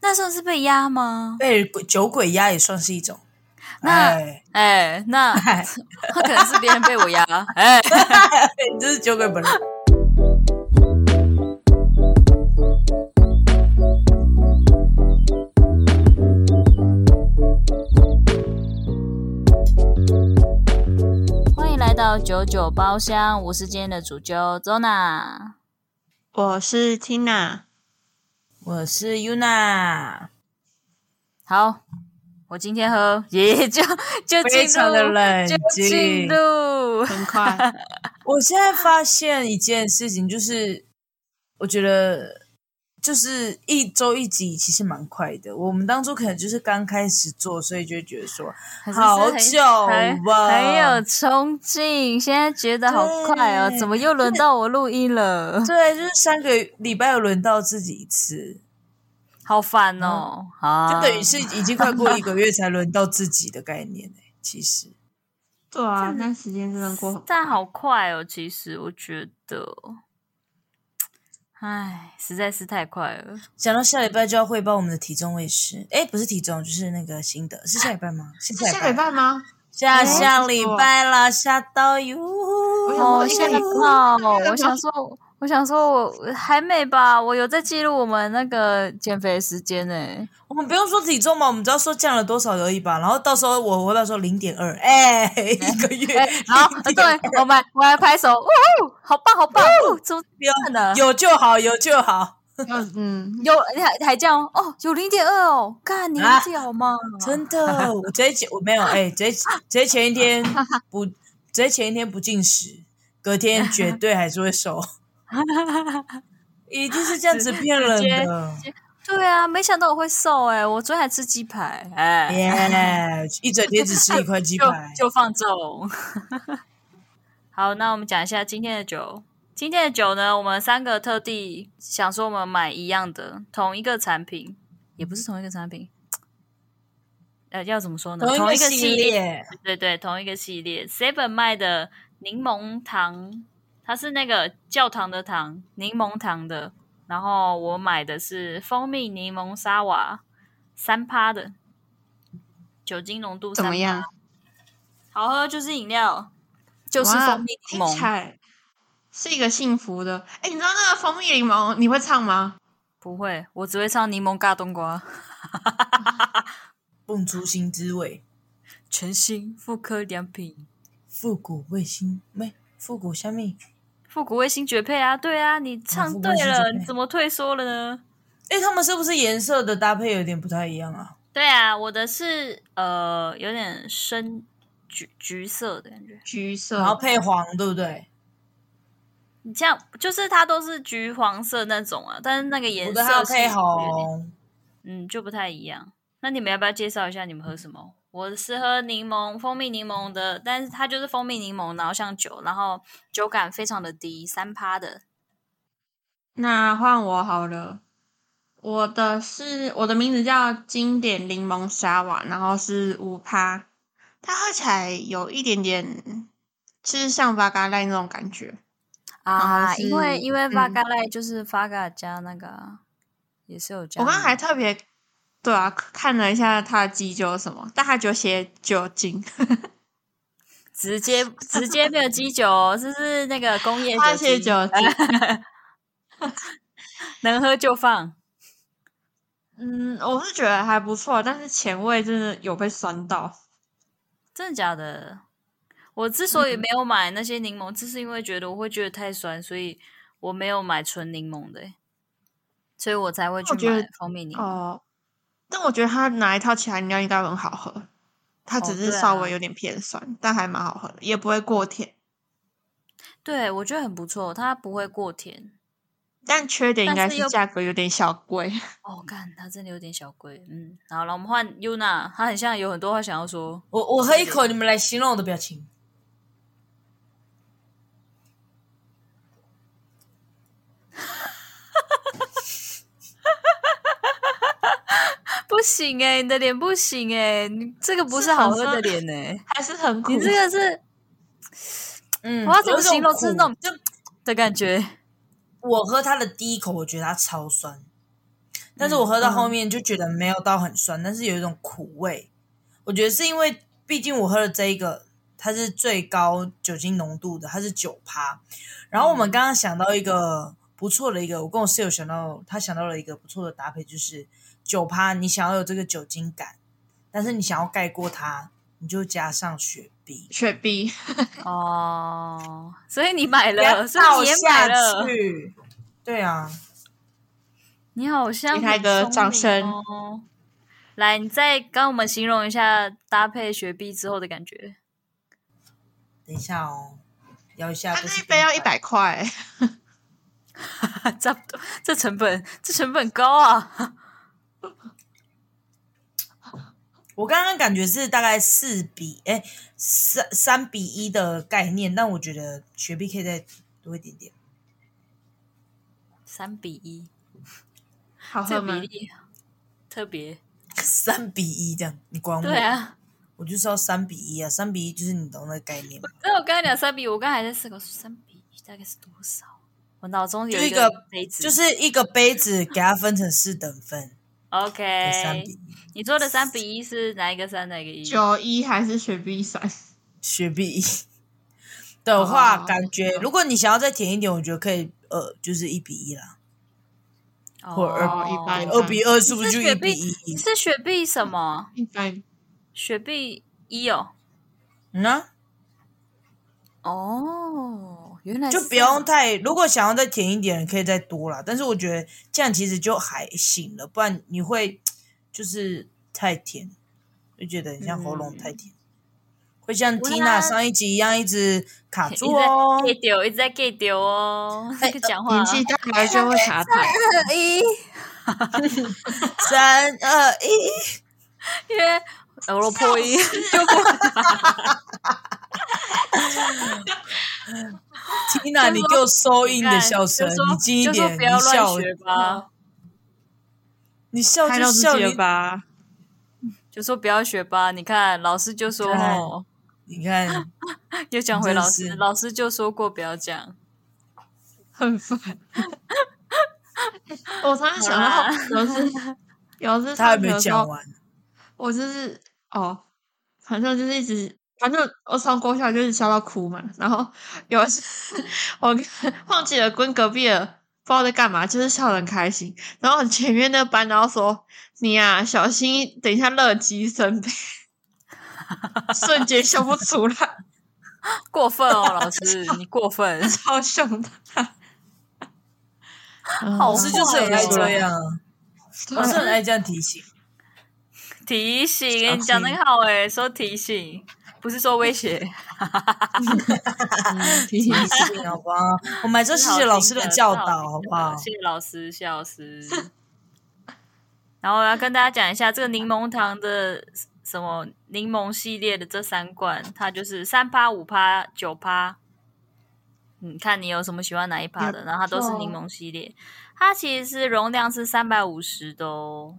那算是被压吗？被鬼酒鬼压也算是一种。那哎 哎、那 哎我可能是别人被我压，哎、你这是酒鬼本人。欢迎来到九九包厢，我是今天的主揪 Zona。我是 Tina，我是 Yuna，好，我今天喝也就就进非常的入冷就进静。入，很快我现在发现一件事情，就是我觉得就是一周一集其实蛮快的。我们当初可能就是刚开始做，所以就会觉得 说可是是好很久很吧，很有冲劲，现在觉得好快哦！对怎么又轮到我录音了？对，就是三个礼拜有轮到自己一次，好烦哦！啊，就等于是已经快过一个月才轮到自己的概念、欸、其实， 对啊，那时间真的过很但好快哦！其实我觉得，唉，实在是太快了。讲到下礼拜就要汇报我们的体重卫士，哎，不是体重，就是那个心得，是下礼拜吗？是是下下礼拜，礼拜 吗？下哎下礼拜啦，吓到哟！啊哎呦哦，我吓吓一一跳！跳我想说，我想说我，还没吧？我有在记录我们那个减肥时间呢、我们不用说体重嘛，我们只要说降了多少而已吧。然后到时候我回到说零点二，哎，一个月，哎、然 后0.2对我们，我还拍手，哇哦，好棒，好棒！哦，怎么办的？有就好，有就好，嗯嗯，有还还这样哦，有零点二哦，干你啊屌吗？真的。我直接前我没有，哎，直接直接前一天不，直接前一天不进食，隔天绝对还是会瘦，一定是这样子骗人直接的。对啊，没想到我会瘦哎、我昨天还吃鸡排哎。耶一整天只吃一块鸡就排，就放纵。好，那我们讲一下今天的酒。今天的酒呢，我们三个特地想说我们买一样的同一个产品，也不是同一个产品，呃，要怎么说呢？同同一个系系列，列，对对，同一个系列。Seven 卖的柠檬糖，它是那个教堂的糖，柠檬糖的。然后我买的是蜂蜜柠檬沙瓦，三趴的，酒精浓度怎3%么样？好喝就是饮料，就是哇蜂蜜柠听起檬，来是一个幸福的。哎，你知道那个蜂蜜柠檬你会唱吗？不会，我只会唱柠檬尬冬瓜，蹦出新滋味，全新复刻良品，复古味新没复古虾米。复古味新绝配啊！对啊，你唱对复古味新了，绝配你怎么退缩了呢？哎、他们是不是颜色的搭配有点不太一样啊？对啊，我的是呃有点深橘橘色的感觉，橘色，然后配黄，对不对？你这样就是它都是橘黄色那种啊，但是那个我颜的还有色是配有点红，嗯，就不太一样。那你们要不要介绍一下你们喝什么？我是喝柠檬蜂蜜柠檬的，但是它就是蜂蜜柠檬，然后像酒，然后酒感非常的低，三趴的。那换我好了。我的是我的名字叫经典柠檬沙瓦，然后是五趴，它喝起来有一点点，就是像巴嘎赖那种感觉。啊，是因为因为嗯发嘎赖就是发嘎加那个啊也是有加我柠檬。刚刚还特别对啊，看了一下它的基酒是什么，但它就写酒精，直接直接没有基酒哦，这是那个工业它酒写精，酒精。哎能喝就放。嗯，我是觉得还不错，但是前味真的有被酸到。真的假的？我之所以没有买那些柠檬，只是因为觉得我会觉得太酸，所以我没有买纯柠檬的欸、所以我才会去我觉得买蜂蜜柠檬。哦，但我觉得它哪一套其他饮料应该都很好喝，它哦只对是啊稍微有点偏酸，但还蛮好喝的，也不会过甜。对，我觉得很不错，它不会过甜。但缺点应但该是是又价格有点小贵。哦，干，它真的有点小贵。嗯，好了，我们换 Yuna，她很像有很多话想要说。我我喝一口，你们来形容我的表情。 不行哎、你的脸不行哎、你这个不是是好很喝的酸脸哎、 还是很苦。 你这个 是嗯，我要怎么形容有一种是那种苦就 的感觉。我喝它的第一口，我觉得它超酸，但是我喝到后面就觉得没有到很酸，但是有一种苦味。我觉得是因为，毕竟我喝的这一个它是最高酒精浓度的，它是九趴。然后我们刚刚想到一个不错的一个，我跟我室友想到，他想到了一个不错的搭配，就是九趴，你想要有这个酒精感，但是你想要盖过它，你就加上雪碧。雪碧，哦，所以你买不要了，所以倒你也买下了，去。对啊，你好像给他一个很聪掌明声哦。来，你再跟我们形容一下搭配雪碧之后的感觉。等一下哦，摇一下。它不那是一杯要一冰块百块、差不多，这成本这成本高啊！我刚刚感觉是大概四比哎三三比一的概念，但我觉得雪碧可以再多一点 点。三比一，好这喝个吗比？例特别。三比一这样，你管我？对啊，我就是要三比一啊！三比一就是你懂那个概念吗？那我刚才讲三比，我刚才还在思考说三比一大概是多少。我脑中有就一个个杯子，就是一个杯子给它分成四等份，对三 OK 比。一，你说的三比一是哪一个三，哪一个一？九一还是雪碧三？雪碧 的话，哦感觉如果你想要再甜一点，我觉得可以呃，就是一比一啦，或二哦一般二比二是你不是是就雪一碧比一你？是雪碧什么？一百雪碧一哦。嗯啊。哦，原来就是不这样用太，如果想要再甜一点，可以再多啦。但是我觉得这样其实就还行了，不然你会就是太甜，就觉得很像喉咙太嗯甜，会像不会啊 Tina 上一集一样一直卡 一直住哦哎呃在。get 丢，一直在 get 丢哦。那个讲话年纪大了就会 卡痰。一，三二 一，因为俄罗破音就不，Tina，你给我收音的笑声，就说你近一就说点，不要你笑嗯乱，学吧，你笑开就到自笑己你了，吧？就说不要学吧。你看老师就说你看哦，你看，又讲回老真师，是老师就说过不要讲。很烦。 我常常想到，有时 有时他还上学没的时讲候，完，我就是哦，反正就是一直，反正我从国小就是笑到哭嘛。然后有一次 我跟忘记了跟隔壁的不知道在干嘛，就是笑得很开心。然后前面那个班，然后说你呀、小心等一下乐极生悲， 瞬间笑不出来，过分哦，老师，你过分。 超凶的。好哦老师就是很爱这样啊，对老师很爱这样提 醒。提醒，小你讲的心好哎，说提醒，不是说威胁。嗯提醒一下谢谢好不好？我们还是要谢谢老师的教导，好不好？谢谢老师，谢谢老师。 然后我要跟大家讲一下，这个柠檬糖的什么柠檬系列的这三罐，它就是三趴、五趴、九趴。你看你有什么喜欢哪一趴的？然后它都是柠檬系列，它其实是容量是三百五十的哦，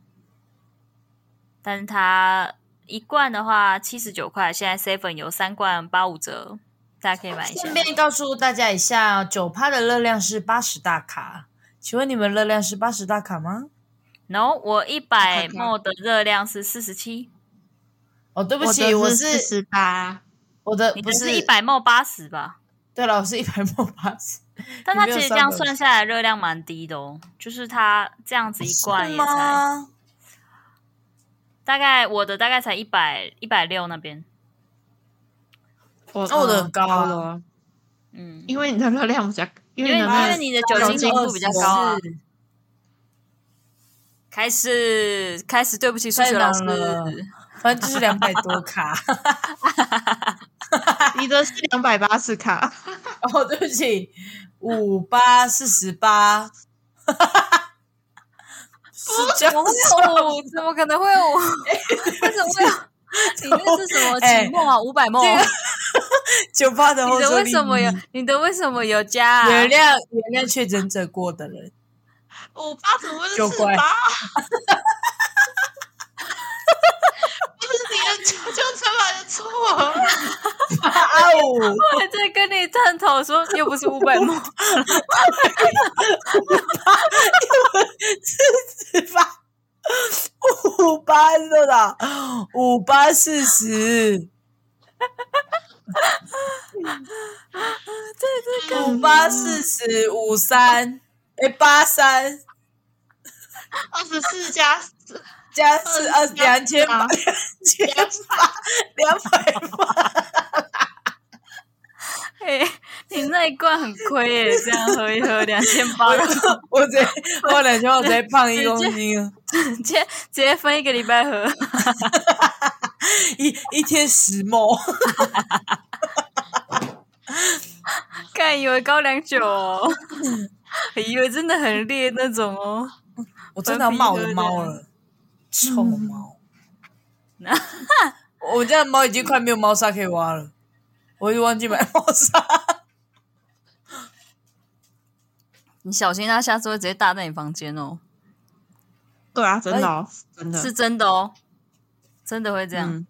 但是它一罐的话七十九块，现在 seven 有三罐八五折，大家可以买一下顺。便告诉大家一下，九趴的热量是八十大卡，请问你们热量是八十大卡吗？然后我一百看看 ml 的热量是四十七，哦，对不我起，我的是四十八，我的你不的是是一，百 ml 八十 吧？对了，我是一百莫八十，但你它没其有实这样350算下来热量蛮低的哦，就是它这样子一罐是也才吗？大概我的大概才一百一百六那边，我那我的嗯很高啊了哦嗯，因为你的热量比较，因因为的你因热为量你的酒精浓度比较高啊是。开始开始，对不起，数学老师太难了反正就是两百多卡。你的是两百八十卡，哦，对不起，五八四十八，是这怎样么会有五？怎么可能会 有五？为什么会有？你那是什么期末啊？五百梦？你九趴的后的坐为力什么有？你的为什么有加啊？原谅原谅确诊者过的人，五八怎么会是就四乖八？ 不是你的九九乘法的错，啊呜！ 我还在跟你探讨说，又不是五百梦。十八五八是多少？五八四 十，五八四十五三，哎，八三二十四加四加四二两千八，八两千加八，两百八， 哎、你那一罐很亏 耶、这样喝一喝两千八，我直接我两千，我直接胖一公斤了，直接直接分一个礼拜 喝。一一天十梦。看，以为高粱酒 哦，以为真的很烈那种哦。我真的要骂我的猫了，臭猫！嗯 我家的猫已经快没有猫砂可以挖了，我就忘记买猫砂。 你小心，它下次会直接搭在你房间哦，对啊，真的哦，真的是真的哦，真的会这这样。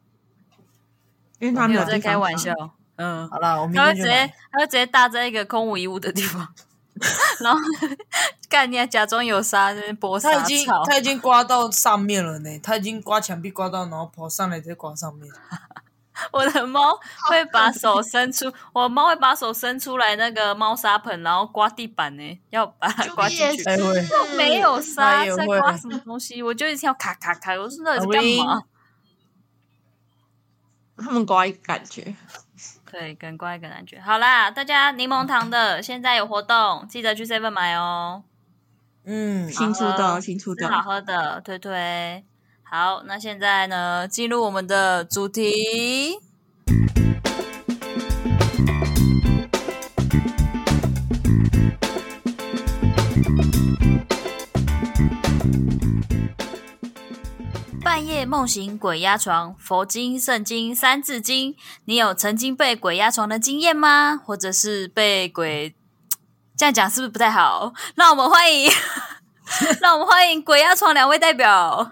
因为他嗯没没有地在方开玩放笑，，嗯， 好了，我明他会直天就接买。他会直接搭在一个空无一物的地方， 然后 干你还假装有沙，在那边播它沙已经草，它已经刮到上面了呢，它已经刮墙壁刮到，然后跑上来再刮上面。 我的猫会把手伸出，我的猫会把手伸出来那个猫砂盆，然后刮地板呢，要把 它刮进去。哎喂是没有沙，也在会刮什么东西？我就一直要咔咔咔，我说那是好干晕嘛？他们乖感觉，对，跟乖跟感觉。好啦，大家柠檬糖的现在有活动，记得去 Seven 买哦。嗯，新出的好啊哦新出是的好哦，喝的，推推。好，那现在呢，进入我们的主题。半夜梦醒鬼压床，佛经、圣经、三字经，你有曾经被鬼压床的经验吗？或者是被鬼这样讲是不是不太好？ 让我们欢迎， 让我们欢迎鬼压床两位代表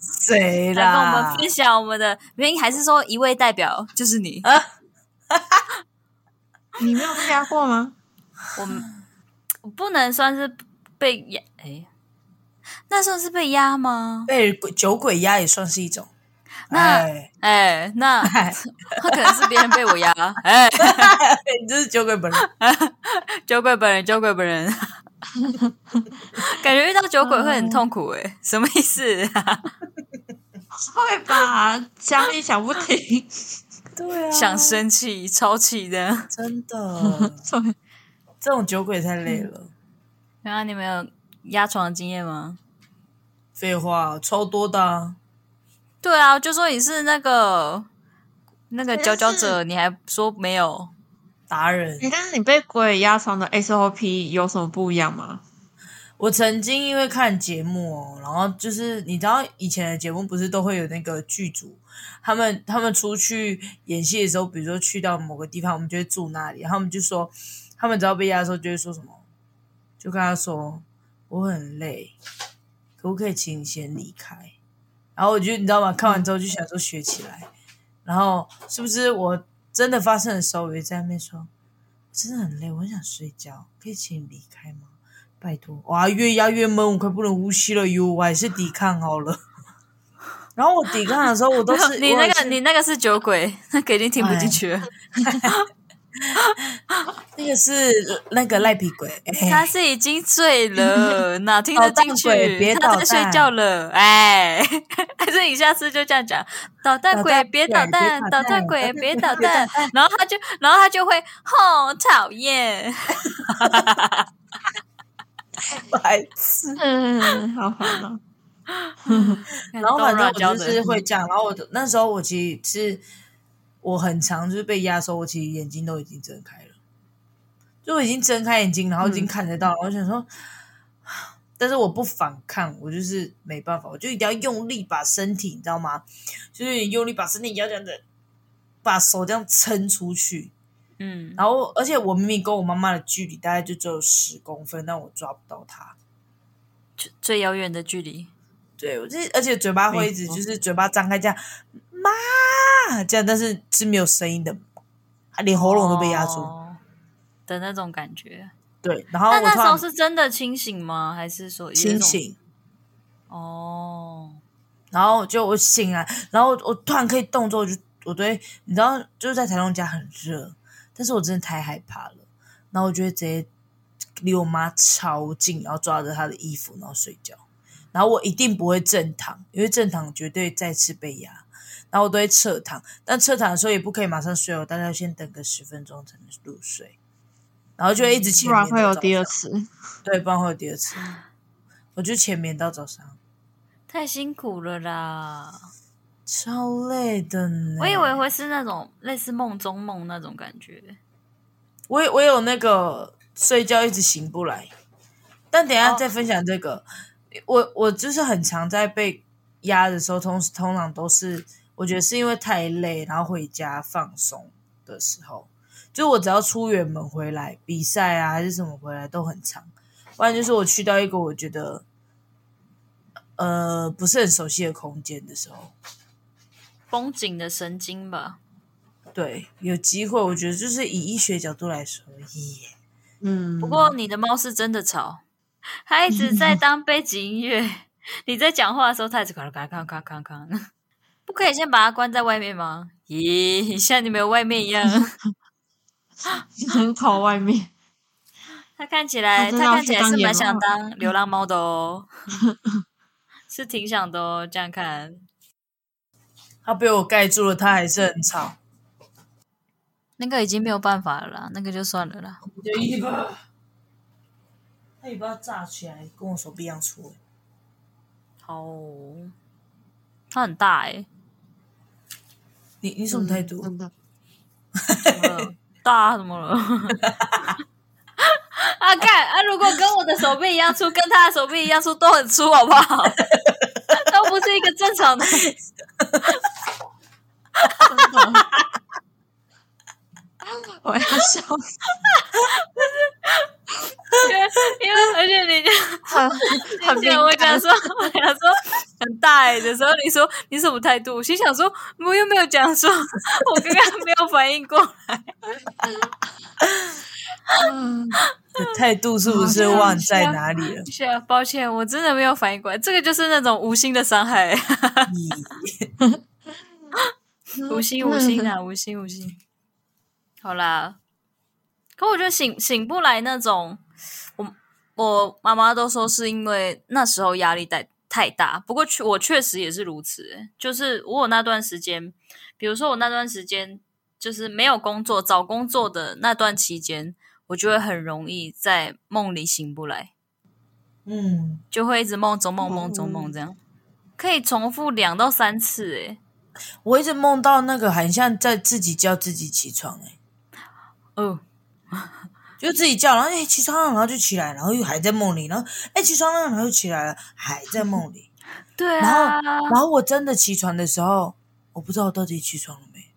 谁来跟我啦们？分享我们的原因，还是说一位代表就是你？你没有参加过吗？我们我不能算是被压，哎、那算是被压吗？被鬼酒鬼压也算是一种。那哎， 哎、那哎可能是别人被我压，哎、你这是酒鬼本人。 酒鬼本人，酒鬼本人，感觉遇到酒鬼会很痛苦哎、什么意思、会吧，想也想不停， 对啊，想 生气，超气的。真的，对，这种酒鬼太累了。嗯然后你们有压床的经验吗？废话，超多的、啊。对啊，就说你是那个那个好像佼佼是者，你还说没有？达人。哎，但是你被鬼压床的 SOP 有什么不一样吗？我曾经因为看节目哦，然后就是你知道以前的节目不是都会有那个剧组，他们他们出去演戏的时候，比如说去到某个地方，我们就会住那里，然后他们就说，他们只要被压的时候就会说什么，就跟他说我很累，可不可以请你先离开？然后我就你知道吗？看完之后就想说学起来，然后是不是我真的发生的时候，我就在那边说，真的很累，我很想睡觉，可以请你离开吗？拜托，哇，越压越闷，我快不能呼吸了哟，我还是抵抗好了。然后我抵抗的时候，我都 是你我那也个是你那个是酒鬼，那肯定听不进去了。那个是那个赖皮鬼，哎、 他是已经醉了，哪听得进捣蛋鬼别去？他在捣蛋睡觉了，哎，还是你下次就这样讲，捣蛋捣鬼蛋别鬼捣别蛋，捣捣蛋蛋鬼别捣蛋，然后他就然后他就会吼讨厌， 白痴。嗯，好 烦啊，然然后反正我就是会这样。然后我那时候我其实是我很长就是被压的时候，我其实眼睛都已经睁开了，就我已经睁开眼睛，然后已经看得到了。我想说， 但是我不反抗，我就是没办法，我就一定要用力把身体，你知道吗？就是用力把身体要这样子，把手这样撑出去。嗯，然后，而且我明明跟我妈妈的距离大概就只有十公分，但我抓不到她。最最遥远的距离，对，我就是，而且嘴巴会一直没错就是嘴巴张开这样，妈这样，但是是没有声音的，啊连喉咙都被压住。哦的那种感觉。对，哦然后那我突那时候然是真的清醒吗？还是说有一清种？醒，哦，然后就我醒来，然后我突然可以动之后，我就我对你知道就是在台东家很热，但是我真的太害怕了，然后我就会直接离我妈超近，然后抓着她的衣服，然后睡觉。然后我一定不会正躺，因为正躺绝对再次被压。然后我都会侧躺，但侧躺的时候也不可以马上睡哦，我大概要先等个十分钟才能入睡。然后就会一直嗯不前然面，会有第二，次。对，不然会有第二次。我就前面到早上，太辛苦了啦！超累的呢。我以为会是那种类似梦中梦那种感觉。我有我有那个睡觉一直醒不来，但等一下哦再分享这个。我我就是很常在被压的时候，通通常都是我觉得是因为太累，然后回家放松的时候，就我只要出远门回来，比赛啊还是什么回来都很长，不然就是我去到一个我觉得呃不是很熟悉的空间的时候，风景的神经吧，对，有机会我觉得就是以医学角度来说，耶。嗯，不过你的猫是真的吵，它一直在当背景音乐。 你在讲话的时候，它一直咔咔咔咔咔咔。不可以先把它关在外面吗？咦，像你们外面 一样。门口外面，它看起来，它真的要它看起来是去当野蛮猫想当流浪猫的哦， 是挺想的哦。这样看，他被我盖住了，他还是很吵。那个已经没有办法了啦，那个就算了啦。你的尾巴，他尾巴炸起来，跟我手臂一样粗、欸好哦，它很大哎、你你什么态度？嗯真的，怎么了大怎么了？ 啊，看啊！如果跟我的手臂一样粗，跟他的手臂一样粗，都很粗，好不好？ 都不是一个正常的。 真的。我 要笑死！因为因为而且你就很很而且我敏想感，说，我想说很大哎、的时候，你说你什么态度？我心想说，我又没有讲说，我刚刚没有反应过。 嗯，你的态度是不是忘在哪里了？是啊，抱歉，我真的没有反应过来，这个就是那种无心的伤害、欸咦，无心无嗯心啊，无心无心。好啦，可我觉得醒醒不来那种，我我妈妈都说是因为那时候压力太太大。不过确我确实也是如此、欸就是我有那段时间，比如说我那段时间就是没有工作，找工作的那段期间，我就会很容易在梦里醒不来。 嗯，就会一直梦中梦梦中梦这样，可以重复两到三次欸诶、我一直梦到那个，很像在自己叫自己起床、欸，哦，就自己叫，然后哎、欸起床了，然后就起来，然后又还在梦里，然后哎、欸起床了，然后又起来了，还在梦 里。对啊然，然后我真的起床的时候，我不知道我到底起床了没，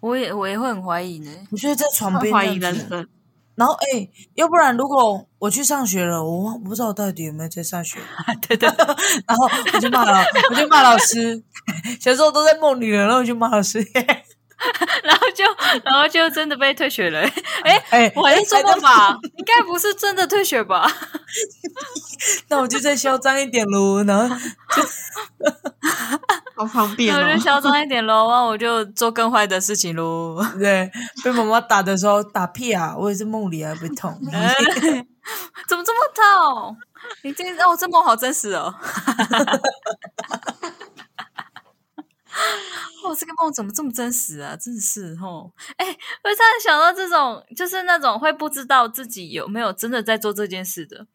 我也我也会很怀疑呢。我就在床会边怀疑这样子人生。然后哎、欸要不然如果我去上学了，我忘我不知道我到底有没有在上学，啊对对， 然后我就骂老，我就骂老师。小时候都在梦里了，然后我就骂老师。 然后就然后就真的被退学了、哎、哎、 我还在做梦还在吧？应该不是真的退学吧？那我就再嚣张一点喽。然后好方 便那我就哦。嚣张一点喽，然后我就做更坏的事情喽。对，被妈妈打的时候打屁啊，我也是梦里啊，被痛。嗯哎怎么这么痛？你这哦，这梦好真实哦！哦，这个梦怎么这么真实啊？真的是哦，哎，我突然想到这种，就是那种会不知道自己有没有真的在做这件事的。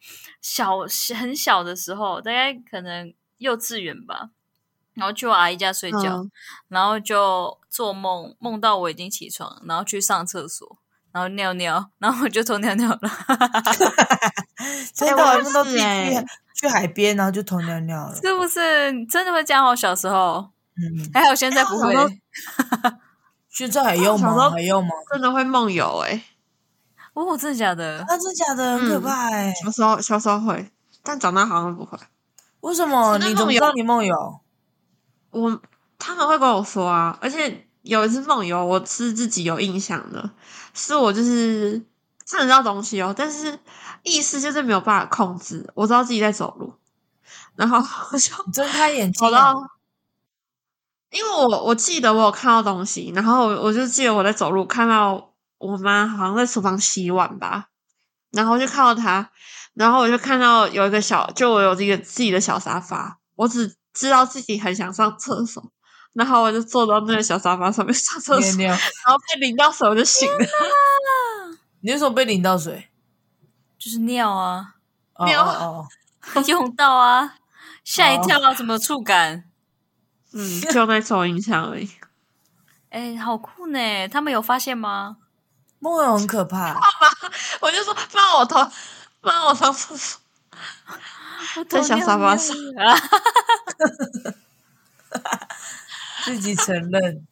小很小的时候，大概可能幼稚园吧，然后去我阿姨家睡觉，嗯然后就做梦，梦到我已经起床，然后去上厕所，然后尿尿，然后我就偷尿尿了。真的，哎我我也梦到自己是哎去去海边，然后就偷尿尿了。是不是你真的会这样？我小时候，嗯，还好现在 不会哎我小时嘞。现在还用哦小时候吗？嗯还用吗？真的会梦游哎、哦，真的假的？啊，真的假的？很嗯可怕哎、小时候小时候会，但长大好像不会。为什么？那你怎么梦知游道你梦游？我他们会跟我说啊，而且有一次梦游，我是自己有印象的，是我就是看得到东西哦，但是意识就是没有办法控制，我知道自己在走路，然后我就你睁开眼睛走啊、到因为我我记得我有看到东西，然后我就记得我在走路看到我妈好像在厨房洗碗吧，然后就看到她，然后我就看到有一个小，就我有一个自己的小沙发，我只知道自己很想上厕所，然后我就坐到那个小沙发上面上厕所，尿尿，然后被淋到手我就醒了，你为什么被淋到水？就是尿啊，哦没有哦哦，用到啊，吓一跳啊，什么触感？ 嗯，就那种影响而已。哎、好酷呢！他们有发现吗？梦游很可怕，我就说放我头，放我上厕所。在小沙发上啊！自己承认。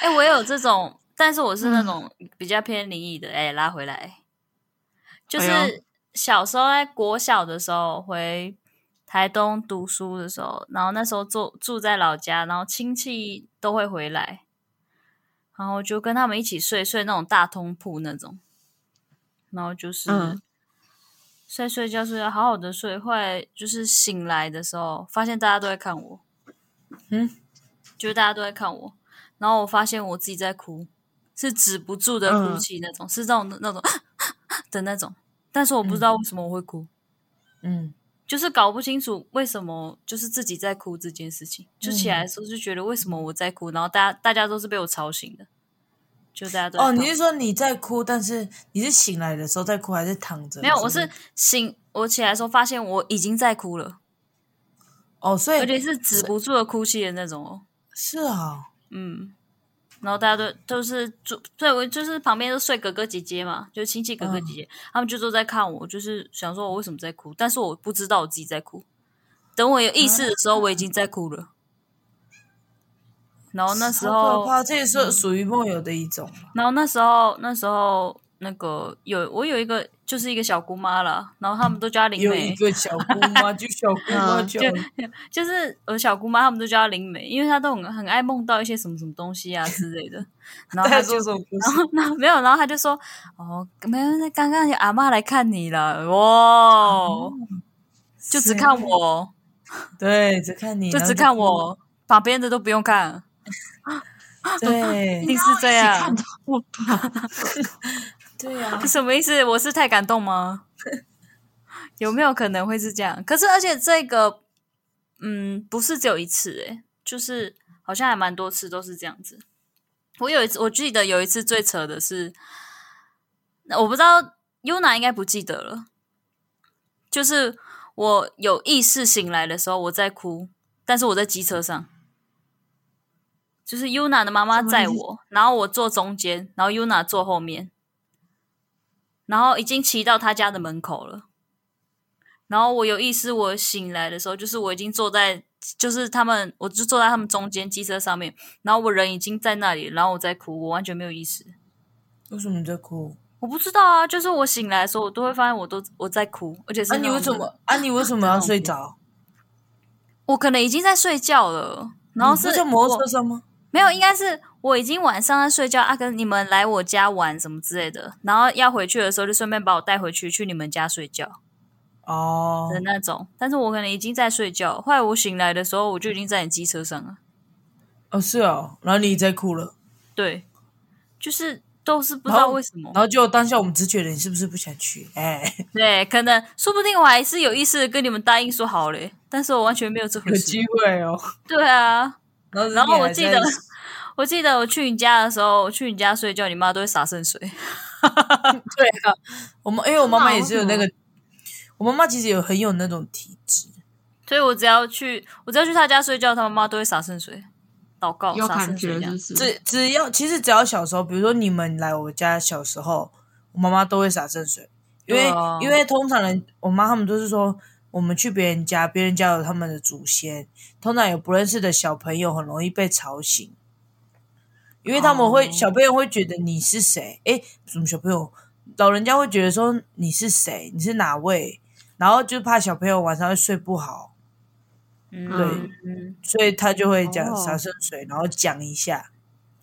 哎、我也有这种，但是我是嗯那种比较偏灵异的。哎、拉回来，就哎是小时候在国小的时候回台东读书的时候，然后那时候住住在老家，然后亲戚都会回来，然后就跟他们一起睡睡那种大通铺那种，然后就是。嗯睡睡觉睡觉，好好的睡，后来就是醒来的时候，发现大家都在看我，嗯，就是大家都在看我，然后我发现我自己在哭，是止不住的哭泣那种，是那种那种 的那种，但是我不知道为什么我会哭， 嗯，就是搞不清楚为什么就是自己在哭这件事情，就起来的时候就觉得为什么我在哭，然后大家大家都是被我吵醒的，就大家都在哦，看你我是说你在哭，但是你是醒来的时候在哭，还是躺着的没时有，候我在哭？是醒我起来的时候发现我已经在哭了。哦，所以而且是止不住的哭泣的那种哦。是啊，嗯，然后大家都都是住，对我就是旁边都睡哥哥姐姐嘛，就亲戚哥哥姐姐，嗯他们就都在看我，就是想说我为什么在哭，但是我不知道我自己在哭。等我有意识的时候，我已经在哭了。然后哦那时好候嗯可，怕，这也是属于梦游的一种吧。然后那时候，那时候那个有我有一个就是一个小姑妈啦，然后他们都叫她灵有一媒，个小姑 妈，就小姑妈嗯就就就是我小姑妈，他们都叫她灵媒，因为她都很很爱梦到一些什么什么东西啊之类 的。然后大家她就说什么故然事？后那 没有，然后她就说：“哦，没有，那刚刚有阿嬷来看你了，哦哇，就只看我，对，只看哦你，就然后只看我，旁边的都不用看， 哭。对一，定是这 一起看样。到我吧，对 呀、啊，什么意思？我是太感动吗？ 有没有可能会是这样？可是而且这个，嗯，不是只有一次、欸，就是好像还蛮多次都是这样子。我有一次，我记得有一次最扯的是，那我不知道 Yuna 应该不记得了，就是我有意识醒来的时候我在哭，但是我在机车上，就是 Yuna 的妈妈什么意载思我，然后我坐中间，然后 Yuna 坐后面，然后已经骑到他家的门口了。然后我有意识，我醒来的时候，就是我已经坐在，就是他们，我就坐在他们中间机车上面，然后我人已经在那里，然后我在哭，我完全没有意识。为什么你在哭？我不知道啊，就是我醒来的时候，我都会发现我都我在哭，而且是啊，那你种为什么？啊，你为什么要睡着？我可能已经在睡觉了， 然后你不是是在摩托我车上吗？没有，应该是我已经晚上在睡觉，阿、啊、跟你们来我家玩什么之类的，然后要回去的时候就顺便把我带回去去你们家睡觉哦的，那种，但是我可能已经在睡觉，后来我醒来的时候，我就已经在你机车上了。哦是哦，然后你在哭了，对，就是都是不知然道后为什么然。后就当下我们只觉得你是不是不想去？ 哎，对，可能说不定我还是有意识地跟你们答应说好嘞，但是我完全没有这回事。会哦。对啊，然后然后我记得你还在， 我记得我去你家的时候，我去你家睡觉，你妈都会洒圣水。对啊，我妈因为我妈妈也是有那嗯为个，我妈妈其实有很有那种体质，所以我只要去，我只要去他家睡觉，他妈妈都会洒圣水，祷告有洒感圣水这觉样就。是只只要其实只要小时候，比如说你们来我家小时候，我妈妈都会洒圣水，因为、对啊因为通常人我妈他们都是说，我们去别人家，别人家有他们的祖先，通常有不认识的小朋友很容易被吵醒，因为他们会、哦小朋友会觉得你是谁，诶，什么小朋友，老人家会觉得说你是谁，你是哪位，然后就怕小朋友晚上会睡不好，嗯，嗯所以他就会讲哦洒圣水，然后讲一下，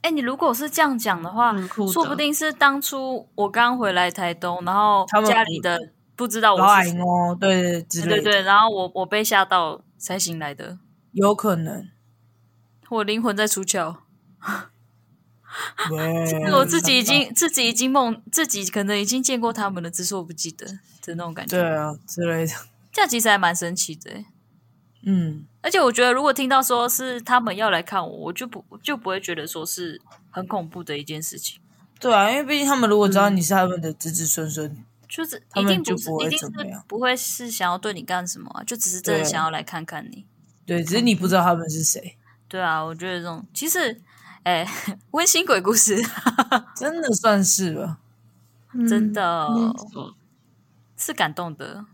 哎、你如果是这样讲的话，很嗯酷的说不定是当初我刚回来台东，然后他们家里的不知道老我矮是谁，哦，对对对之类对的。对，然后我我被吓到才醒来的。有可能，我灵魂在出窍，喂啊我自己已经自己已经梦自己可能已经见过他们了，只是我不记得的那种感觉。对啊之类的，这样其实还蛮神奇的欸。嗯，而且我觉得，如果听到说是他们要来看我，我就不就不会觉得说是很恐怖的一件事情， 对啊，因为毕竟他们如果知道嗯你是他们的子子孙孙，就是他一们定就不是不会一定怎么是样不会是想要对你干什么啊、就只是真的对想要来看看你。对，只是你不知道他们是谁，对啊，我觉得这种其实，哎、 温馨鬼故事真的算是吧。真的哦嗯没错是感动的，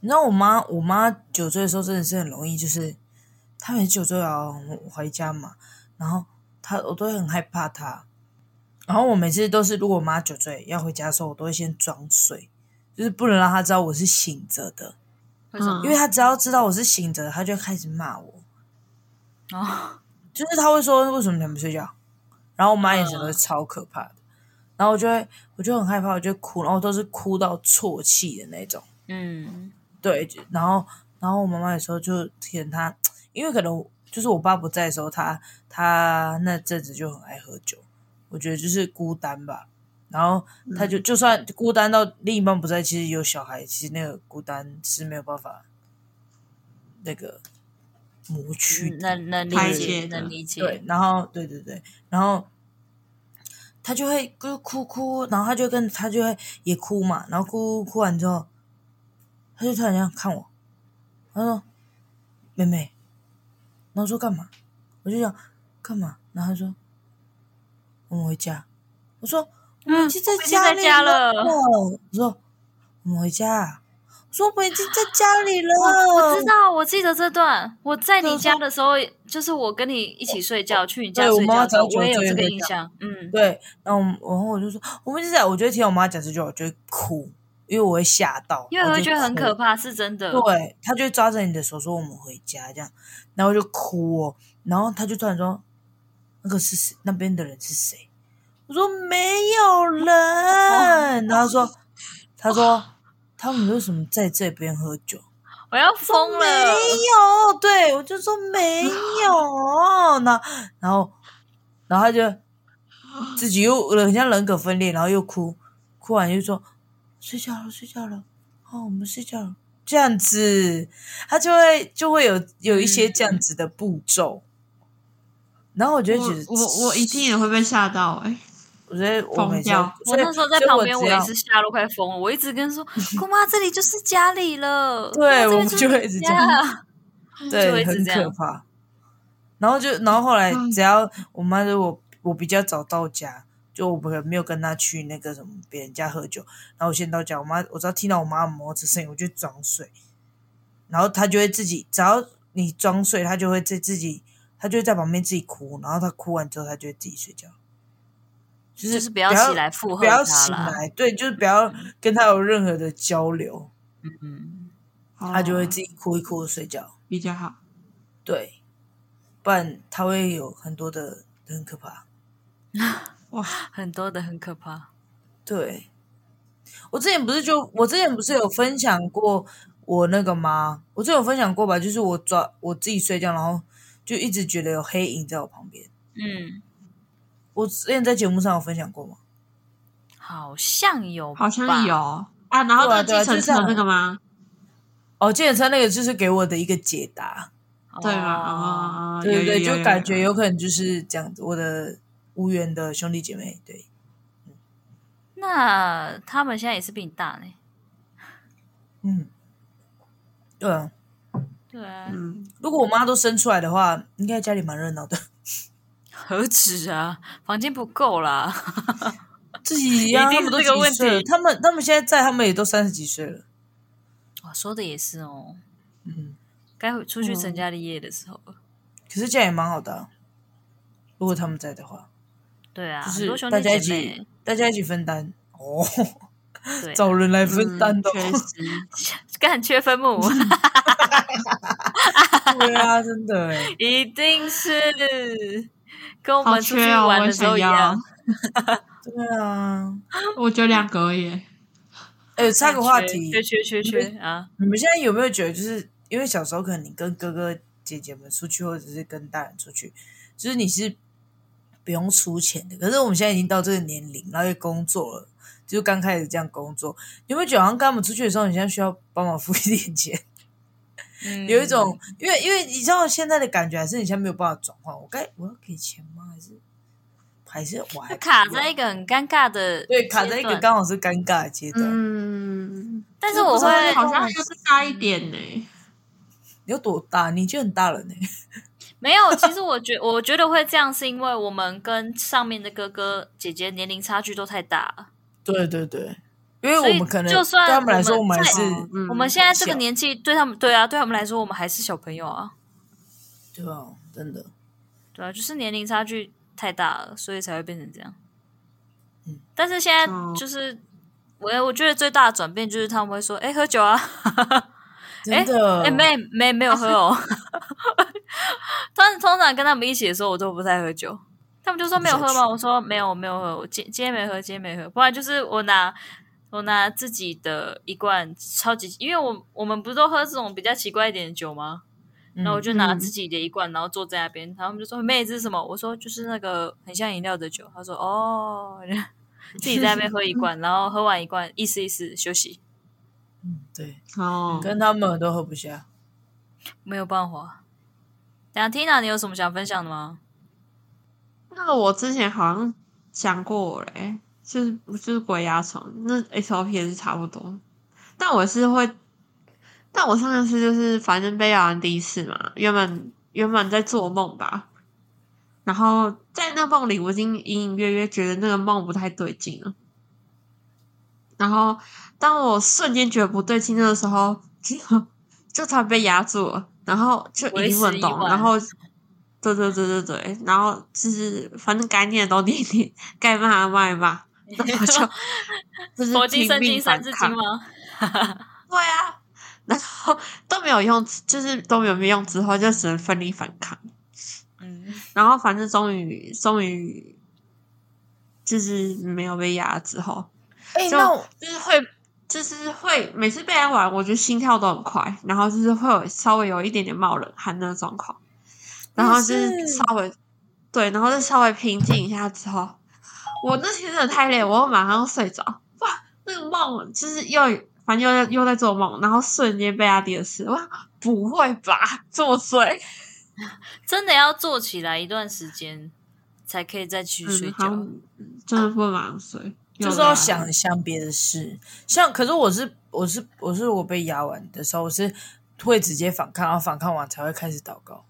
你知道我妈，我妈酒醉的时候真的是很容易，就是她每次酒醉啊，我回家嘛，然后她我都会很害怕她，然后我每次都是如果我妈酒醉要回家的时候，我都会先装睡，就是不能让她知道我是醒着的，为什么？因为她只要知道我是醒着的，她就会开始骂我，哦，就是她会说为什么你还不睡觉，然后我妈眼神都是超可怕的，然后我就会我就很害怕，我就哭，然后都是哭到啜泣的那种。嗯，对，就然后然后我妈妈有时候就可能她，因为可能就是我爸不在的时候，她她那阵子就很爱喝酒，我觉得就是孤单吧。然后她就、就算孤单到另一半不在，其实有小孩，其实那个孤单是没有办法那个磨去的。嗯能能排理解，解的能理解，对，然后对对对，然后他就会就哭哭，然后他就跟他就会也哭嘛，然后哭哭哭完之后，他就突然这样看我，他说：“妹妹。”然后我说干嘛？我就想干嘛？然后他说：“我们回家。”我说：“我嗯已经在我已经家在里家了我说：“我们回家啊。”我说：“我们已经在家里了。”我知道，我记得这段。我在对你我家的时候，就是我跟你一起睡觉，去你家对我睡觉妈的时候，早就我也有这这样个讲印象。嗯，对，然后我们然后我就说，我们就在，我觉得听我妈讲这句话，我就会哭，因为我会吓到，因为我会就觉得很哭可。怕，是真的。对，她就抓着你的手说我们回家这样，然后我就哭哦，然后她就突然说，那个是谁？那边的人是谁？我说没有人，然后她说，她说他们为什么在这边喝酒？我要疯了没，有，对我就说没有，那然后然后他就自己又人家人格分裂，然后又哭，哭完又说睡觉了，睡觉了，哦，我们睡觉了，这样子，他就会就会有有一些这样子的步骤。然后我就我觉得，我我一定也会被吓到哎、 我觉得我疯每次掉我那时候在所以旁我边，只我也要是吓到快疯了。我一直跟 说姑妈，这里就是家里了。对姑妈这边我就是就会你一直家这样 就会对，一直很这样可怕。然后就，然后后来嗯只要我妈就我我比较早到家，就我不没有跟她去那个什么别人家喝酒，然后我先到家，我妈我只要听到我妈的摩托车声音，我就装睡，然后她就会自己，只要你装睡，她就会在自己，她就会在旁边自己哭，然后她哭完之后，她就会自己睡觉，就是就是不要要起来附和不要她醒啦。来，对，就是不要跟她有任何的交流，嗯，欸，她就会自己己哭一哭睡觉。比较好。对，不然他会有很多的很可怕。哇，很多的很可怕。对，我之前不是就我之前不是有分享过我那个吗？我之前有分享过吧，就是我抓我自己睡觉，然后就一直觉得有黑影在我旁边。嗯，我之前在节目上有分享过吗？好像有，好像。有啊。然后对啊那对啊计程车就那个吗？哦，健身那个就是给我的一个解答，对吗？哦，啊，对对有对，就感觉有可能就是这样子，我的无缘的兄弟姐妹，对，那他们现在也是比你大呢。嗯，对啊，对啊，嗯，如果我妈都生出来的话，应该家里蛮热闹的。 何止啊，房间不够啦。 自己呀、一定他是们都这个几岁了问题他们他们现在在，他们也都三十几岁了。哦，说的也是哦，嗯，该回出去成家立业的时候了。可是这样也蛮好的啊、如果他们在的话，对啊，就很多是兄大弟家姐一起妹，大家一起分担哦，对啊，嗯找人来分担的、嗯确 实，干缺分母，对啊，真的哎，一定是 跟我好们出去缺哦，玩我的时候想一要样。，对啊。我就两个耶。哎、插个话缺题，缺嗯缺缺缺啊！你们现在有没有觉得，就是因为小时候可能你跟哥哥姐姐们出去，或者是跟大人出去，就是你是不用出钱的。可是我们现在已经到这个年龄，然后也工作了，就是刚开始这样工作，你会觉得好像跟他们出去的时候，你现在需要帮忙付一点钱？嗯有一种，因为因为你知道现在的感觉，还是你现在没有办法转换。我该我要给钱吗？还是还是我还就卡不要在一个很尴尬的对卡在阶一个段刚好是尴尬的阶段。嗯，但是我不知会道好像就是大一点呢。你有多大？你就很大了呢、没有，其实我觉我觉得会这样，是因为我们跟上面的哥哥姐姐年龄差距都太大了。对对对，因为所以我们可能就算对他们来说，我我们们在还是嗯我们现在这个小年纪，对他们对啊，对他们来说，我们还是小朋友啊，对啊，真的。对啊，就是年龄差距太大了，所以才会变成这样。嗯，但是现在哦就是我我觉得最大的转变就是他们会说，哎，喝酒啊，真的，哎，没没没有喝哦。 通通常跟他们一起的时候，我都不太喝酒。他们就说没有喝吗？我说没有，我没有喝，我今今天没喝，今天没喝。不然就是我拿我拿自己的一罐超级，因为我我们不是都喝这种比较奇怪一点的酒吗？嗯然后我就拿自己的一罐，然后坐在那边，然后他们就说妹这是什么？我说就是那个很像饮料的酒。他说哦， 自己在那边喝一罐，然后喝完一罐意思意思休息，嗯对，哦，跟他们都喝不下。没有办法。等一下 Tina，你有什么想分享的吗？那个我之前好像讲过嘞，就是就是鬼压床，那 SOP 也是差不多。但我是会，但我上次就是反正被咬完第一次嘛，原本原本在做梦吧，然后在那梦里，我已经隐隐约约觉得那个梦不太对劲了。然后当我瞬间觉得不对劲的时候，就就突然被压住了，然后就已经为时已冷冻，晚然后对对对对对，然后就是反正该念的都念念，该骂的骂一骂，然 后就就是佛经、拼圣经、命反三字抗经吗？对啊，然后都没有用，就是都没有用，之后就只能奋力反抗。嗯，然后反正终于终于就是没有被压之后，哎、就那我就是会就是会每次被压完，我觉得心跳都很快，然后就是会有稍微有一点点冒冷汗的状况，然后就是是稍微对，然后就稍微平静一下之后，我那天真的太累，我马上睡着。哇，那个梦就是又反正又在又在做梦，然后瞬间被压第二次，哇，不会吧，这么睡？真的要做起来一段时间，才可以再去睡嗯，觉。好像嗯真的不会马上睡，就是又要来想想别的事，像可是我是我是我是我被压完的时候，我是会直接反抗，然后反抗完才会开始祷告。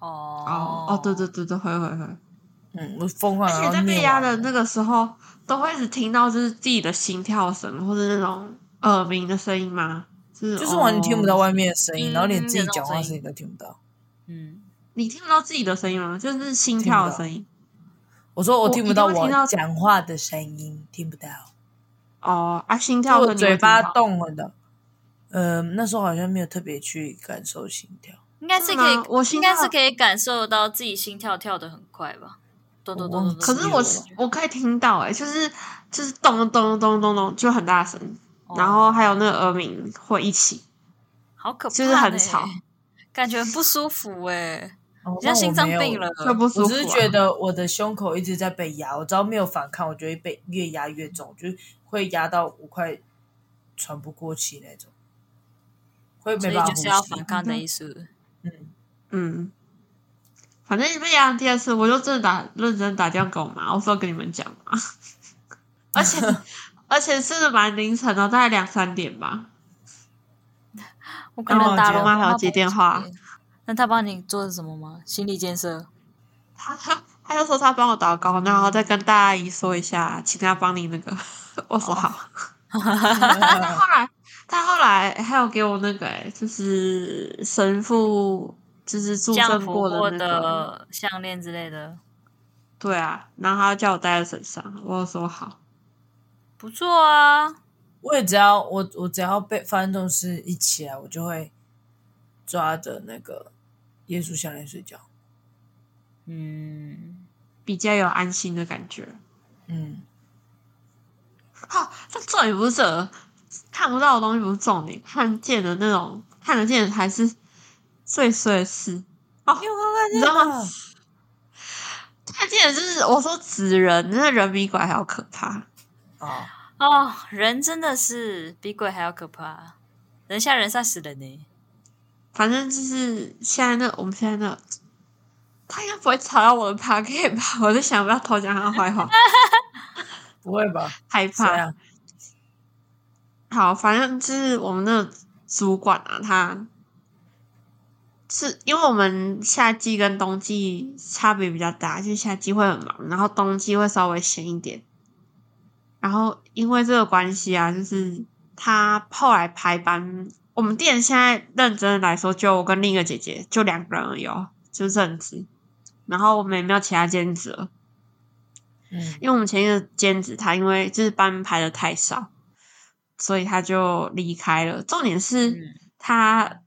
哦哦哦，对对，对对，会会会。嗯，我疯狂而且然后在被念压完的那个时候，都会一直听到就是自己的心跳声，或者那种耳鸣的声音吗？就是就是完全听不到哦外面的声音，嗯然后连自己那种讲话声音声音都听不到。嗯，你听不到自己的声音吗？就是心跳的声音。我说我我听不一定到会听我到讲话的声音，听不到，哦啊，心就跳我声你会嘴听巴到动了的。呃，那时候好像没有特别去感受心跳，应该是是可以吗，我应心该跳是可以感受到自己心跳跳的很快吧？咚咚咚咚咚。我可忘是记我了我可以听到哎、就是就是咚咚咚咚咚，就很大声，然后还有那个耳鸣会一起，好可怕、欸，就是很吵，感觉很不舒服哎、哦你像心脏病了。。会不舒我服、啊。只是觉得我的胸口一直在被压，我只要没有反抗，我就会被越压越重，就是会压到我快喘不过气那种，会所没以办法就呼是吸。要反抗的意思。嗯，嗯，反正被压第二次，我就真的打认真打电话给我妈，我说跟你们讲嘛， 而且而且是蛮凌晨的，大概两三点吧。我可能打了然后我妈还有接电话，那他帮你做了什么吗？心理建设。她她她就说她帮我祷告，然后再跟大阿姨说一下，请她帮你那个。 我哦说好。 但后来但后来还有给我那个、欸，就是神父就是祝降圣服过过的那个，的项链之类的，对啊，然后他叫我带在身上，我说好。不错啊。 我也只要我我只要被发生这种事一起来，我就会抓着那个耶稣项链睡觉。嗯，比较有安心的感觉。嗯，哦，但重点不是这个看不到的东西不是重点，看见的那种看得见的才是最衰的是，你有看看你知道这吗个？他竟然就是我说纸人，那人比鬼还要可怕。哦，哦，人真的是比鬼还要可怕，人吓人吓死人呢。反正就是现在那我们现在那，他应该不会吵到我的 p a c k e t 吧？我在想要不要偷讲他坏话，不会吧？害这怕。样好，反正就是我们那个主管啊，他是因为我们夏季跟冬季差别比较大，就是夏季会很忙，然后冬季会稍微闲一点。然后因为这个关系啊，就是他后来排班，我们店现在认真来说，就我跟另一个姐姐，就两个人而已哦，就是正职。然后我们也没有其他兼职了，嗯，因为我们前一个兼职，他因为就是班排的太少，所以他就离开了。重点是嗯，他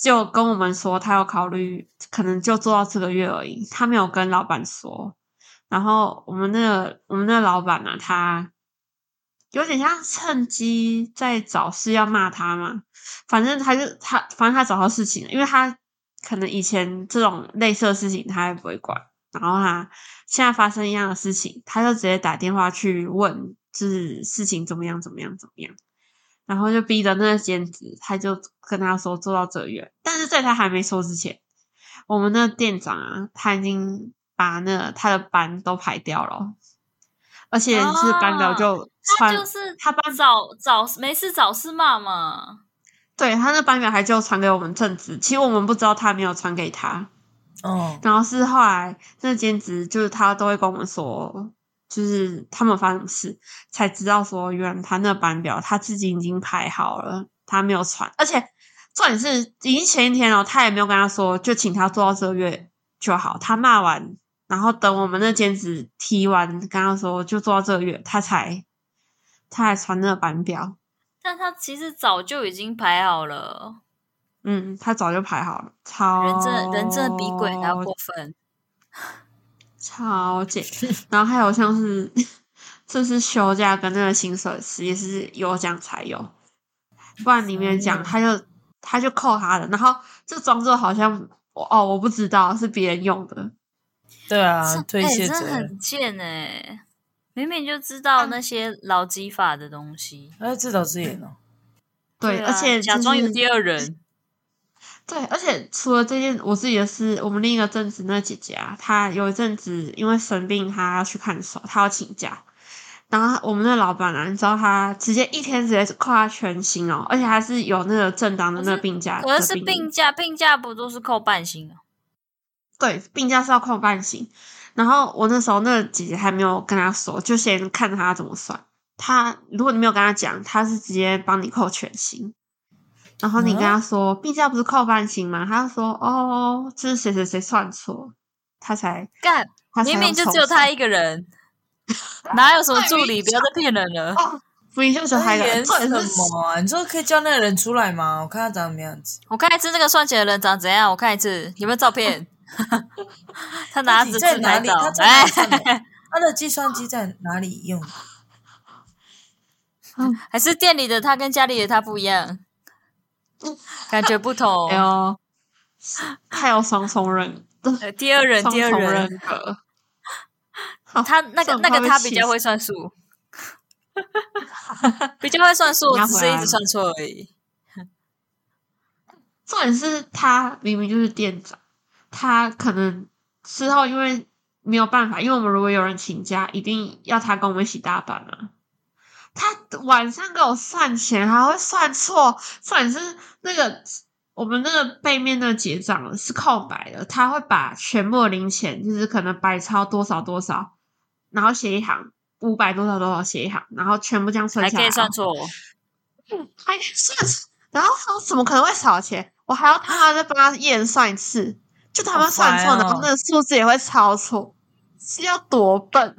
就跟我们说，他要考虑可能就做到这个月而已，他没有跟老板说。然后我们那个我们那个老板呢、他有点像趁机在找事要骂他嘛。反正他就他，反正他找到事情了，因为他可能以前这种类似的事情他也不会管。然后他现在发生一样的事情，他就直接打电话去问，就是事情怎么样，怎么样，怎么样，然后就逼着那个兼职，他就跟他说做到这个月，但是在他还没说之前，我们那个店长啊，他已经把那个他的班都排掉了哦，而且是班表就他传，就是他班找找没事找事骂嘛。对他那班表还就传给我们正职，其实我们不知道他没有传给他，哦， 然后是后来那兼职，就是他都会跟我们说，就是他们发生什么事，才知道说原来他那班表他自己已经排好了，他没有传，而且重点是已经前一天了，他也没有跟他说，就请他做到这个月就好。他骂完，然后等我们那兼职提完，跟他说就做到这个月，他才他才传那个班表。但他其实早就已经排好了，嗯，他早就排好了，超人真的人真的比鬼还哦要过分。超级，然后还有像是这次休假跟那个薪水师也是有奖才有，不然里面讲嗯他就他就扣他的，然后就装作好像我哦我不知道是别人用的，对啊，这推哎卸真的责任。很贱哎、明明就知道那些劳基法的东西，哎，自导自演哦，对，啊而且、就是、假装有第二人，对，而且除了这件我自己的事，我们另一个正职那姐姐啊，她有一阵子因为生病，她要去看手，她要请假。然后我们那老板啊，你知道他直接一天直接扣他全薪哦，而且还是有那个正当的那个病假的可病，是是病假，病假不都是扣半薪啊？对，病假是要扣半薪。然后我那时候那个姐姐还没有跟他说，就先看他怎么算。他如果你没有跟他讲，他是直接帮你扣全薪。然后你跟他说、病假不是扣半薪吗？他就说哦，这是谁谁谁算错，他才干，他才明明用就抽只有算他一个 人，哪有什么对助明理？明不要再骗人了。哦，不一定就只有他一个人，演重什点是么啊？你说可以叫那个人出来吗？我看他长什么样子。我看一次那个算钱的人长怎样，我看一次有没有照片。 他拿到底着在自哪拍里？照他，在哪哎里，算的？ 他的计算机在哪里 用？还是店里的他跟家里的他不一 样，感觉不同 哎。呦，他有双重人，呃第二人，双第二重人，人格。 好他那个这种那话个会他比气较死会算数， 比较会算数你，要只回是一来直了算错而已。重点是他明明就是店长，他可能之后因为没有办法，因为我们如果有人请假，一定要他跟我们一起搭班啊。他晚上给我算钱，还会算错，重点是那个我们那个背面那个结账是空白的，他会把全部的零钱，就是可能百超多少多少，然后写一行五百多少多少写一行，然后全部这样算还下可来哦。以算错，还哎算，然后他怎么可能会少钱？我还要他妈再帮他验算一次，就他妈好烦算错，然哦后那个数字也会超错，是要多笨？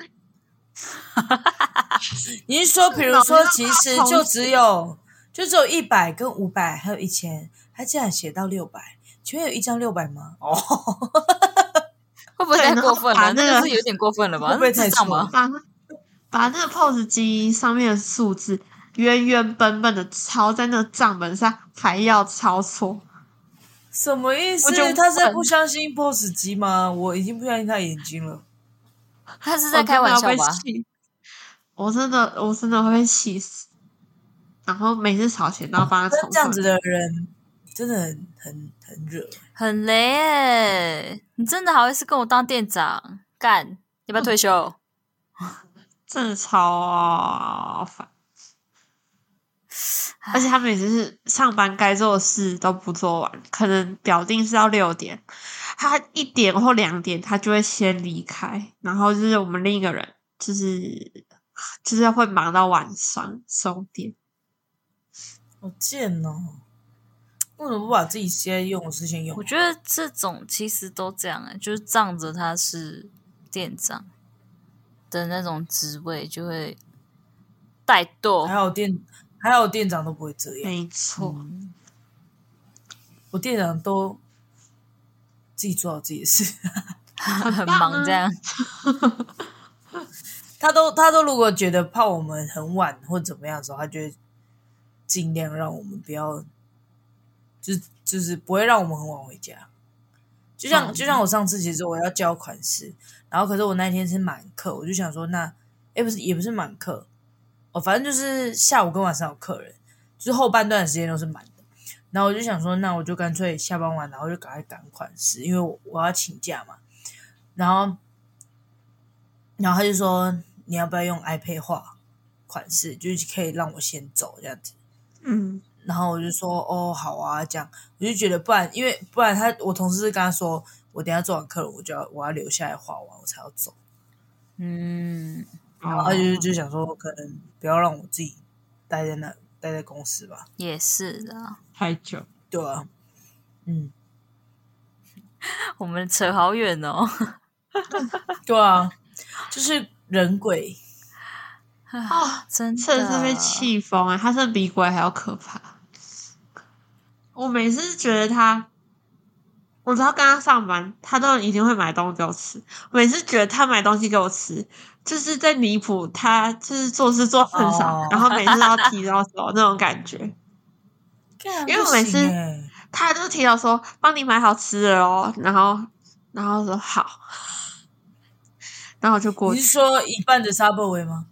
你是说，比如说，其实就只有就只有一百跟五百，还有一千，他竟然写到六百，请问有一张六百 吗？哦，会不会对太然过后分把了？那那个个是有点过分了吧？会不会那是太智障错吧？把那把那个 POS 机上面的数字原原本本的抄在那个账本上，还要抄错，什么意思我就？他是问不相信 BOSS 机吗？我已经不相信他眼睛了。他是我在真开的玩要笑被吧？气？我真的，我真的会被气死。然后每次吵钱都要帮他但重这样子算。的人真的很很很热。很雷耶！你真的好意思跟我当店长？干，要不要退休？真的超烦。而且他们也是上班该做的事都不做完，可能表定是要六点，他一点或两点他就会先离开，然后就是我们另一个人就是就是会忙到晚上收点。好贱哦！为什么不把自己先用的事先用 我？觉得这种其实都这样、欸，就是仗着他是店长的那种职位，就会怠还 惰。好店，还好店长都不会这样，没错，嗯我店长都自己做好自己的事。很棒忙啊这样，他都他都如果觉得怕我们很晚或怎么样的时候，他就会尽量让我们不要，就就是不会让我们很晚回家。就像、嗯就像我上次，其实我要交款式，然后可是我那天是满课，我就想说那，哎不是也不是满课，哦反正就是下午跟晚上有客人，就是后半段的时间都是满的。然后我就想说，那我就干脆下班晚，然后就赶快赶款式，因为我我要请假嘛。然后然后他就说你要不要用 iPad 画款式，就是可以让我先走这样子。嗯，然后我就说哦好啊这样，我就觉得不然因为不然他我同事是跟他说我等一下做完课了我就要我要留下来画完我才要走，嗯，然后他哦就就想说可能不要让我自己待在那待在公司吧，也是的。太久，对啊，嗯 我们扯好远哦，对啊，就是人鬼啊， 真的真的是被气疯啊！他真的比鬼还要可怕。我每次觉得他，我只要跟他上班，他都一定会买东西给我吃。我每次觉得他买东西给我吃，就是在离谱，他就是做事做很少哦然后每次都要提到手那种感觉。干因为不每次行欸他就提到说帮你买好吃的哦，然后然后说好，然后我就过你去是。说一半的 Subway 吗？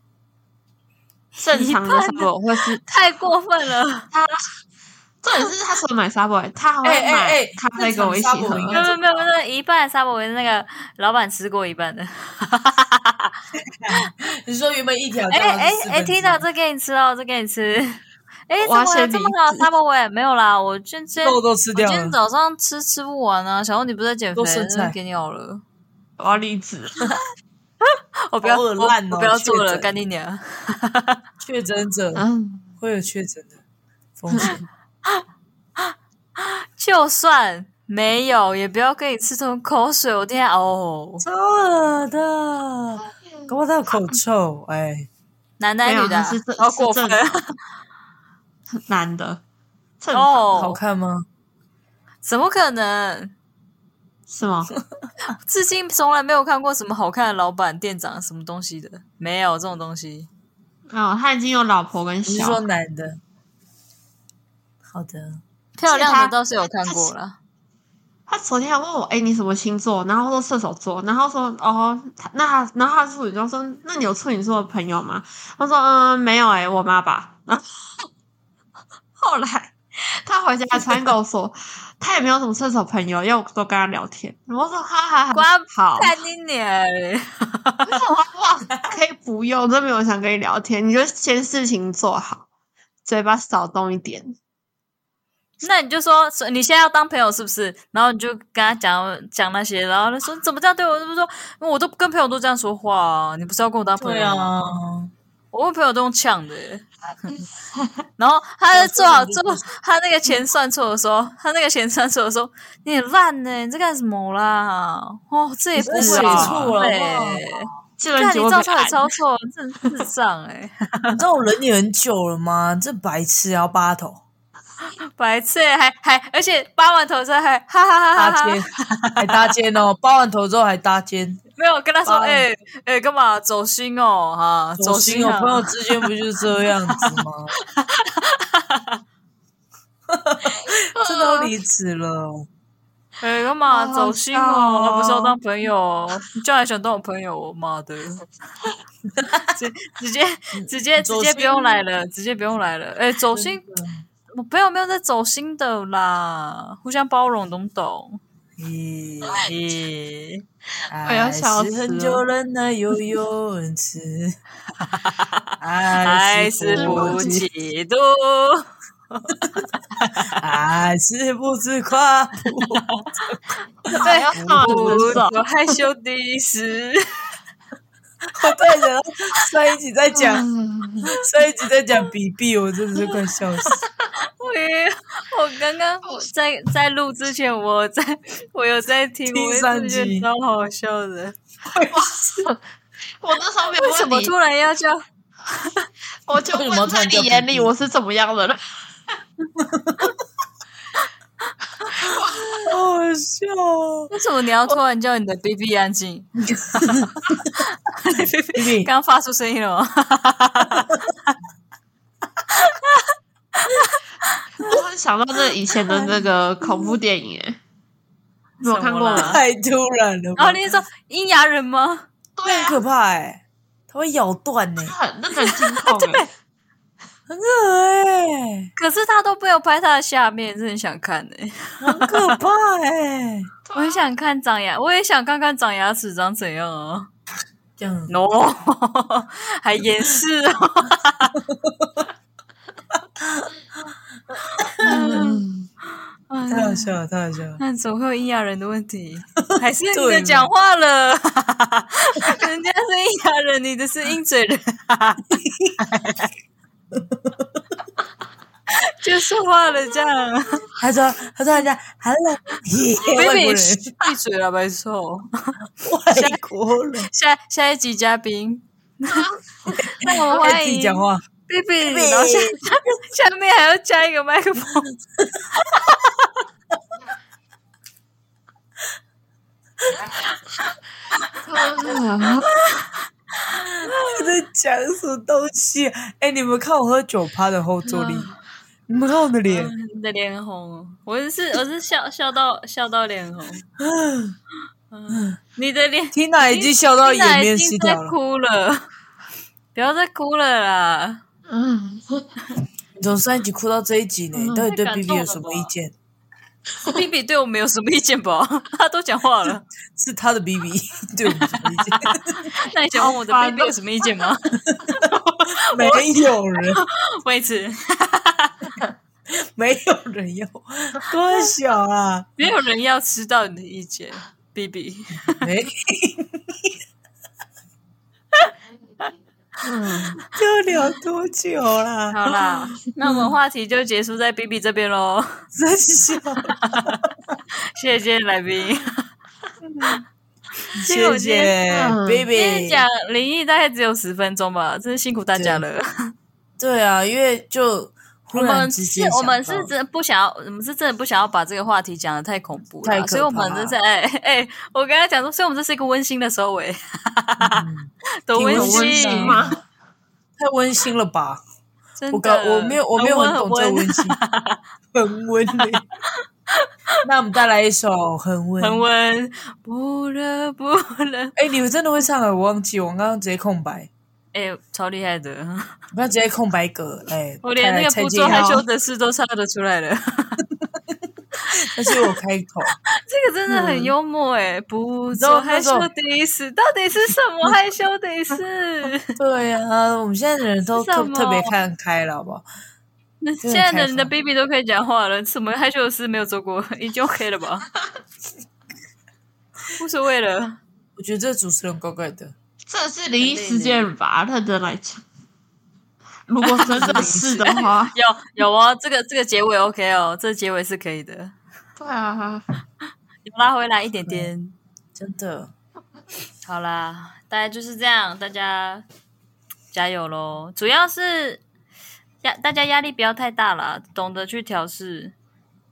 正常的一半时候我会是太过分 了！重点是他除了买 Subway，他还会哎哎买哎咖啡跟我一起正喝常。Subway 没有没有没有，那个一半的沙伯维那个老板吃过一半的。你是说原本一条哎哎哎，听听到到这给你吃哦，这给你吃。哎，怎我要么了先这么离少职沙伯维？没有啦，我今天肉都吃我今掉天了，早上吃吃不完啊，小欧你不是在减肥，都剩菜那给你好了，我要离职，我不要， 好恶我烂哦我不要做确了，诊干你娘！确诊者嗯，会有确诊的风险。就算没有，也不要跟你吃这种口水，我天啊哦，超恶的，搞不好他有口臭，哎，男没男有，女的他啊是正，好是过分正常的，男的，正常好哦，看吗？怎么可能？是吗？至今从来没有看过什么好看的老板、店长什么东西的，没有这种东西。没有，哦他已经有老婆跟你是小说孩，男的？好的，漂亮他的倒是有看过 了，他昨天还问我，哎、你什么星座？然后说射手座，然后说哦，他那他然后他处女座说，那你有处女座的朋友吗？他说嗯，没有、哎，我妈吧。 然后后来他回家传给我说，他也没有什么射手朋友，要我多跟他聊天。我说哈哈哈，瓜好，干你娘嘞！没有啊，哇，可以不用，真没有想跟你聊天，你就先事情做好，嘴巴少动一点。那你就说，所以你现在要当朋友是不是？然后你就跟他讲讲那些，然后他说你怎么这样对我？是不是说我都跟朋友都这样说话啊？你不是要跟我当朋对友吗？啊，我问朋友都用呛的耶、 然后他在做好做他那个钱算错的时候，他那个钱算错的时候，你很烂呢、你在干什么啦？哦，这也不你会在写错了对好不好，这看啊人你照抄也抄错，真是智障哎、你知道我忍你很久了吗？这白痴要八头白痴欸、还还而且扒完头之后还哈哈哈哈搭哈哈肩，还搭肩哦，包完头之后还搭肩，没有跟他说，扒完哎、欸、哎，干、嘛走心哦哈，走心心哦 哦，朋友之间不就是这样子吗？这都离职了。哦哎，干嘛好走好心笑哦？那不是要哦当朋友哦，你叫来想当我朋友哦，妈的！ 直直接直接直走接心不用来了，直接不用来了。哎，走心，我朋友没有在走心的啦，互相包容，懂不懂？咦，咦，我要笑死哎是了很久忍耐又有恩 慈，爱爱哎哎是是不不嫉嫉，妒，爱哎是不自夸。对，要放不分手。做害羞的事。我突然想到上一集在讲，嗯上一集在讲比比，我真的是快笑死。我也，我刚刚我在在录之前，我在我有在听，听我上一直觉得集超好笑的。我那时候没有为什问么你突，然要叫？我就为什么问突然在叫你眼皮里皮我是怎么样的人？好好笑哦！为什么你要突然叫你的 BB 安静？比比，刚发出声音了吗？我很想到这以前的那个恐怖电影，哎，你有看过什么吗啦？太突然了吧，然后你就说阴阳人吗？对那啊很，可怕哎，它会咬断呢，很那个很惊恐 哎，很恶哎，可是他都没有拍他的下面，真的很想看呢、很可怕哎，我很想看长牙，我也想看看长牙齿长怎样啊这样！No，还 掩饰哦，嗯，太好笑了，太好笑 了。那怎么会有阴阳人的问 题？还是你对的嘛讲话了？ 人家是阴阳人，你的是阴嘴人， 就说话了这 样。他说，他说人家 “hello”，外国 妹妹人，闭嘴了，白臭。 外国人，下下一集嘉 宾，那我们他欢自己迎讲话，贝贝，贝然后下 下下面还要加一个麦克风，他在讲什么东西啊？哎、你们看我喝酒趴的后坐力，嗯你们看我的脸，你的脸红哦，我是我是笑笑到笑到脸 红，嗯，你的脸 Tina 哎已经笑到现在颜面已经失在调了。哭了，不要再哭了 啦！嗯，你从上一集哭到这一集呢，你到底对嗯太感 B 动 B 了有什么意见？ B B 对我们有什么意见吧？ 他都讲话了，是他的 B B 对我们什么意见？ 那你想问我的好 B 烦哦 B 有什么意见吗？ 没有人，为此，没有人要，多小啊！没有人要知道你的意见，B B。没，嗯，要聊多久啊啦？好 啦，那我们话题就结束在 B B 这边喽。真 笑，谢谢今天来宾，结果谢今天谢嗯 B 今天 B。讲灵异大概只有十分钟吧，真是辛苦大家了。对啊，因为就忽我然们之是间，我们想是到真的不想要，我们是真的不想要把这个话题讲的太恐怖太了，可所以我们怕这是哎哎，我刚才讲说，所以我们这是一个温馨的收尾， 多嗯挺温温馨馨吗？ 太温馨了吧？真我刚的，我没有我没有很很懂这个温温馨，很温嘞。那我们带来一首《很温》。很温，不热不热，哎，你们真的会唱啊？我忘记，我刚刚直接空白，哎，超厉害的，我刚刚直接空白格。哎，我连那看来个蔡不健做害雅羞的事都唱得出来了。 那是我开口。这个真的嗯很幽默哎、不做害羞的事，到底是什么害羞的事？对啊，我们现在的人都是什特么特别看开了，好不好？ 那现在的人的 baby 都可以讲话了，什么害羞的事没有做过， 已经 OK 了吧？无所谓了，，我觉得这个主持人怪怪的，这是灵异事件吧？认真来讲，如果真 的是的话有有哦，这个这个结尾 OK 哦，这个结尾是可以的，对啊，有拉回来一点点。真的。好啦，大概就是这样，大家加油喽！主要是压大家压力不要太大啦，懂得去调试，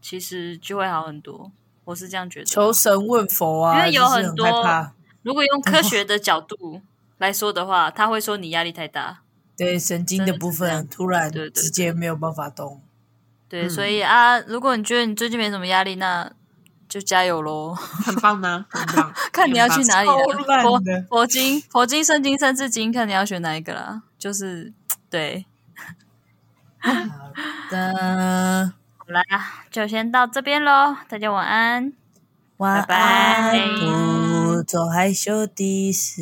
其实就会好很多。我是这样觉得。求神问佛啊，因为有就是很很多害怕。如果用科学的角度来说的话，他会说你压力太大。对神经的部真的是这分样突然对对对直接没有办法动，对，嗯所以啊，如果你觉得你最近没什么压力，那就加油喽！。很棒呢，很棒 看你要去哪里超了。烂佛的佛经、佛经、圣经、三字经，看你要选哪一个啦。就是对，好的，好啦，就先到这边喽，大家晚安。晚拜安，拜不走害羞的事。